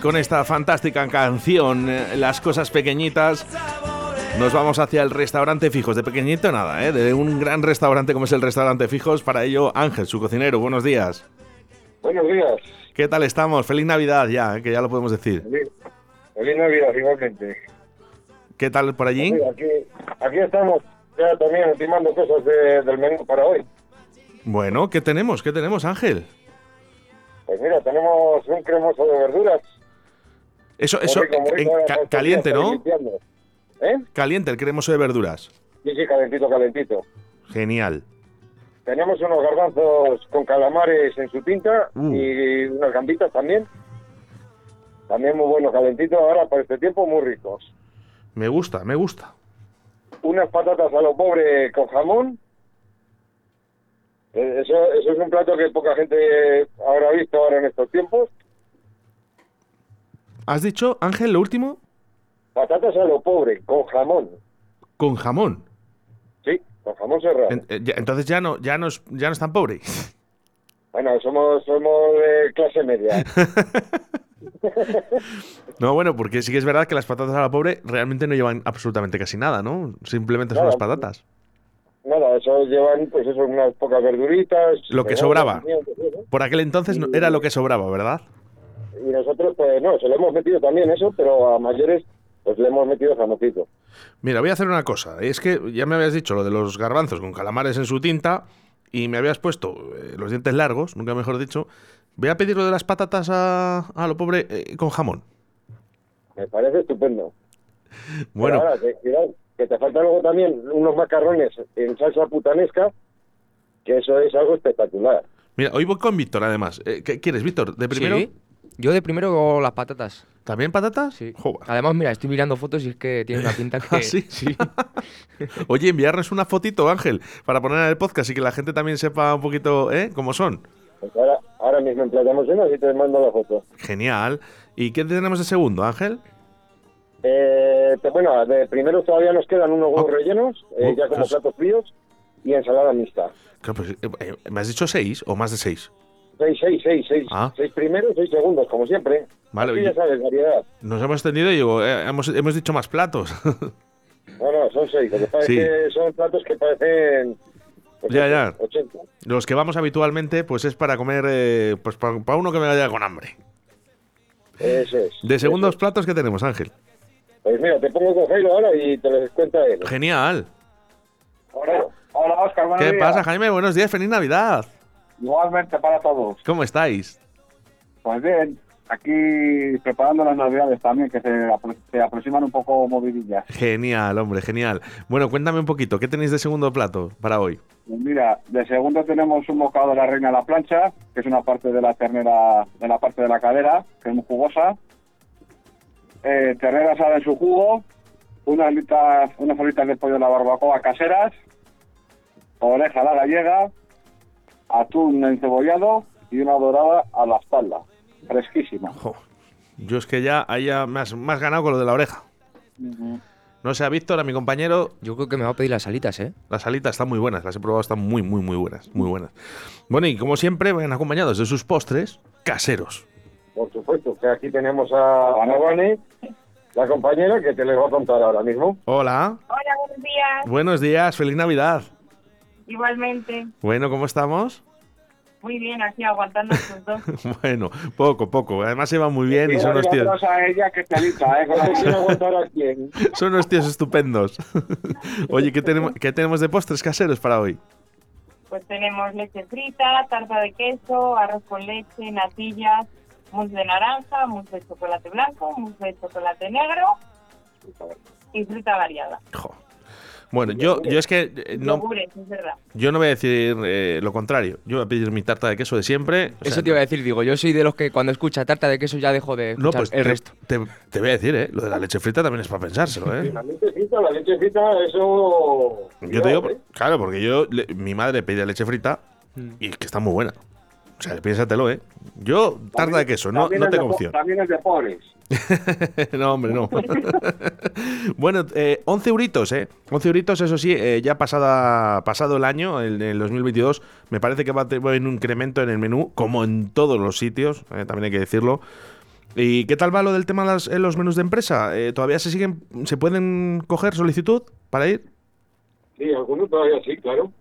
con esta fantástica canción, eh, Las Cosas Pequeñitas, nos vamos hacia el restaurante Fijos. De pequeñito nada, ¿eh? de un gran restaurante como es el restaurante Fijos. Para ello, Ángel, su cocinero, buenos días. Buenos días. ¿Qué tal estamos? Feliz Navidad ya, ¿eh? que ya lo podemos decir. Feliz, feliz Navidad, igualmente. ¿Qué tal por allí? Mira, aquí, aquí estamos ya también ultimando cosas de- del menú para hoy. Bueno, ¿qué tenemos? ¿Qué tenemos, Ángel? Pues mira, tenemos un cremoso de verduras. Eso, eso, Muy rico, muy en- rico, ca- estos días caliente, ahí ¿no? limpiando. ¿Eh? Caliente, el cremoso de verduras. Sí, sí, calentito, calentito. Genial. Tenemos unos garbanzos con calamares en su tinta Mm. y unas gambitas también. También muy bueno, calentito ahora para este tiempo, muy ricos. Me gusta, me gusta. Unas patatas a lo pobre con jamón. Eh, Eso, eso es un plato que poca gente habrá visto ahora en estos tiempos. ¿Has dicho, Ángel, lo último? Patatas a lo pobre, con jamón. Con jamón. Sí, con jamón serrano. En- eh, ya- entonces ya no, ya no, es, ya no es tan pobre. Bueno, somos, somos de clase media. No, bueno, porque sí que es verdad que las patatas a la pobre realmente no llevan absolutamente casi nada, ¿no? Simplemente son las Nada. patatas. Nada, eso llevan, pues eso, unas pocas verduritas. Lo que cebollas, sobraba. ¿no? Por aquel entonces no- era lo que sobraba, ¿verdad? Y nosotros, pues no, se lo hemos metido también eso, pero a mayores, pues le hemos metido jamocito. Mira, voy a hacer una cosa. Es que ya me habías dicho lo de los garbanzos con calamares en su tinta y me habías puesto eh, los dientes largos, nunca mejor dicho. Voy a pedir lo de las patatas a, a lo pobre eh, con jamón. Me parece estupendo. Bueno, Pero ahora, que, cuidado, que te falta luego también unos macarrones en salsa putanesca, que eso es algo espectacular. mira, hoy voy con Víctor además. Eh, ¿Qué quieres, Víctor? ¿De primero? Sí. Yo de primero con las patatas. ¿También patatas? Sí. Joder. Además, mira, estoy mirando fotos y es que tiene una pinta que. ¿Ah, sí? Oye, enviarnos una fotito, Ángel, para poner en el podcast y que la gente también sepa un poquito ¿eh? cómo son. Pues ahora, ahora mismo emplatamos uno y te mando la foto. Genial. ¿Y qué tenemos de segundo, Ángel? Eh, te- bueno, de primero todavía nos quedan unos huevos Ah. rellenos, eh, Uh, ya como pues- platos fríos, y ensalada mixta. Claro, pues, eh, eh, ¿Me has dicho seis o más de seis? Seis, seis, seis, seis. Ah. Seis primeros, seis segundos, como siempre. Vale, Así oye. ya sabes, variedad. Nos hemos extendido y digo, eh, hemos, hemos dicho más platos. No, no, son seis. Lo que pasa Sí. es que son platos que parecen... pues, Ya, ya. 80. Los que vamos habitualmente, pues es para comer, eh, pues para, uno que me vaya con hambre. Eso es. De segundos Eso platos que tenemos, Ángel. es. Pues mira, te pongo con Jairo ahora y te lo cuenta él. Genial. Hola, hola Oscar, buenos ¿Qué días. pasa, Jaime? Buenos días, feliz Navidad. Igualmente para todos. ¿Cómo estáis? Pues bien, aquí preparando las navidades también, que se, apro- se aproximan un poco movidillas. Genial, hombre, genial. Bueno, cuéntame un poquito, ¿qué tenéis de segundo plato para hoy? Pues mira, de segundo tenemos un bocado de la reina a la plancha, que es una parte de la ternera, de la parte de la cadera, que es muy jugosa. Eh, ternera asada en su jugo, unas alitas, unas alitas de pollo a la barbacoa caseras, oreja a la gallega, atún encebollado y una dorada a la espalda, fresquísima. Jo, yo es que ya, ahí ya me has, me has ganado con lo de la oreja. No sé, a Víctor, a mi compañero, Yo creo que me va a pedir las alitas, ¿eh? las alitas están muy buenas, las he probado, están muy, muy, muy buenas, muy buenas. Bueno, y como siempre, van acompañados de sus postres caseros. Por supuesto, que aquí tenemos a Ana Vane, la compañera, que te les va a contar ahora mismo. Hola, Hola, buenos días. buenos días, feliz Navidad. Igualmente. Bueno, ¿cómo estamos? Muy bien, aquí aguantando estos dos. Bueno, poco, poco. Además se van muy bien y son unos tíos, a ella que te alita, ¿eh? Con No sé la- si me aguantará quién. son unos tíos estupendos. Oye, ¿qué tenemos, ¿qué tenemos de postres caseros para hoy? Pues tenemos leche frita, tarta de queso, arroz con leche, natillas, mousse de naranja, mousse de chocolate blanco, mousse de chocolate negro y fruta variada. Jo. Bueno, yo, yo es que eh, no, Yogures, es verdad. yo no voy a decir eh, lo contrario. Yo voy a pedir mi tarta de queso de siempre. O sea, Eso te iba a decir, digo, yo soy de los que cuando escucha tarta de queso ya dejo de No, escuchar pues el te- resto. Te, te voy a decir, ¿eh? Lo de la leche frita también es para pensárselo, ¿eh? La lechecita, la lechecita, eso... Yo te digo, ¿eh? claro, porque yo, le- mi madre pedía leche frita Mm. y es que está muy buena. O sea, piénsatelo, ¿eh? Yo, tarta de queso, no, también no es te de po- confío. También es de pobres. no, hombre, no. bueno, eh, 11 euritos, ¿eh? 11 euritos, eso sí, eh, ya pasada, pasado el año, el, el 2022, me parece que va a tener un incremento en el menú, como en todos los sitios, eh, también hay que decirlo. ¿Y qué tal va lo del tema de las- eh, los menús de empresa? Eh, ¿Todavía se siguen, se pueden coger solicitud para ir? Sí, algunos todavía sí, claro.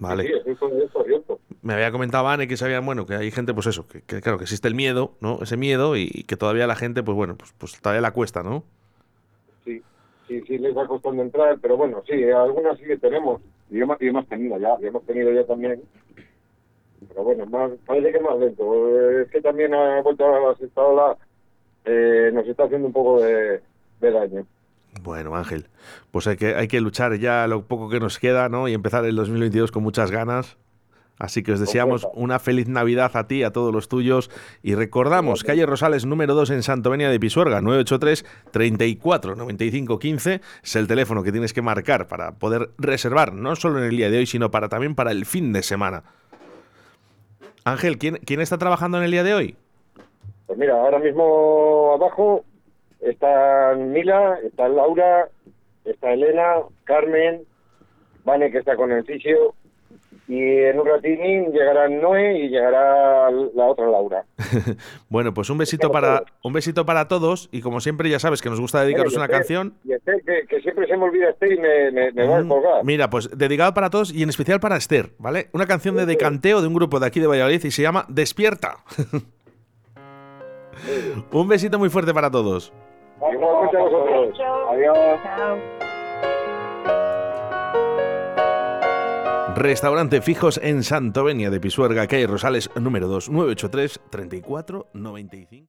Vale. Sí, estoy con eso abierto. Me había comentado Anne que sabían, bueno, que hay gente, pues eso, que, que claro, que existe el miedo, ¿no? Ese miedo y, y que todavía la gente, pues bueno, pues, pues todavía la cuesta, ¿no? Sí, sí, sí, les va costando entrar, pero bueno, sí, algunas sí que tenemos. Y hemos, y hemos tenido ya, y hemos tenido ya también. Pero bueno, más, parece que más lento. Eh, Es que también ha vuelto a esta ola, eh, nos está haciendo un poco de, de daño. Bueno, Ángel, pues hay que, hay que luchar ya lo poco que nos queda, ¿no? Y empezar el 2022 con muchas ganas. Así que os deseamos fuerza. una feliz Navidad a ti, y a todos los tuyos. Y recordamos, calle Rosales número 2 en Santovenia de Pisuerga, 983 34 95 15. Es el teléfono que tienes que marcar para poder reservar, no solo en el día de hoy, sino para también para el fin de semana. Ángel, ¿quién, quién está trabajando en el día de hoy? Pues mira, ahora mismo abajo están Mila, está Laura, está Elena, Carmen, Vane que está con el fisio y en un ratín llegará Noé y llegará la otra Laura. Bueno, pues un besito Claro, para, todos. un besito para todos. Y como siempre, ya sabes que nos gusta dedicaros Bueno, una y Esther- canción. Y Esther, que, que siempre se me olvida Esther y me, me, me va a Mm, colgar. Mira, pues dedicado para todos y en especial para Esther, ¿vale? Una canción de decanteo de un grupo de aquí de Valladolid y se llama Despierta. un besito muy fuerte para todos. Igualmente a vosotros. Adiós. Chao. Restaurante Fijos en Santovenia de Pisuerga, calle Rosales, número 2, 983 34 95.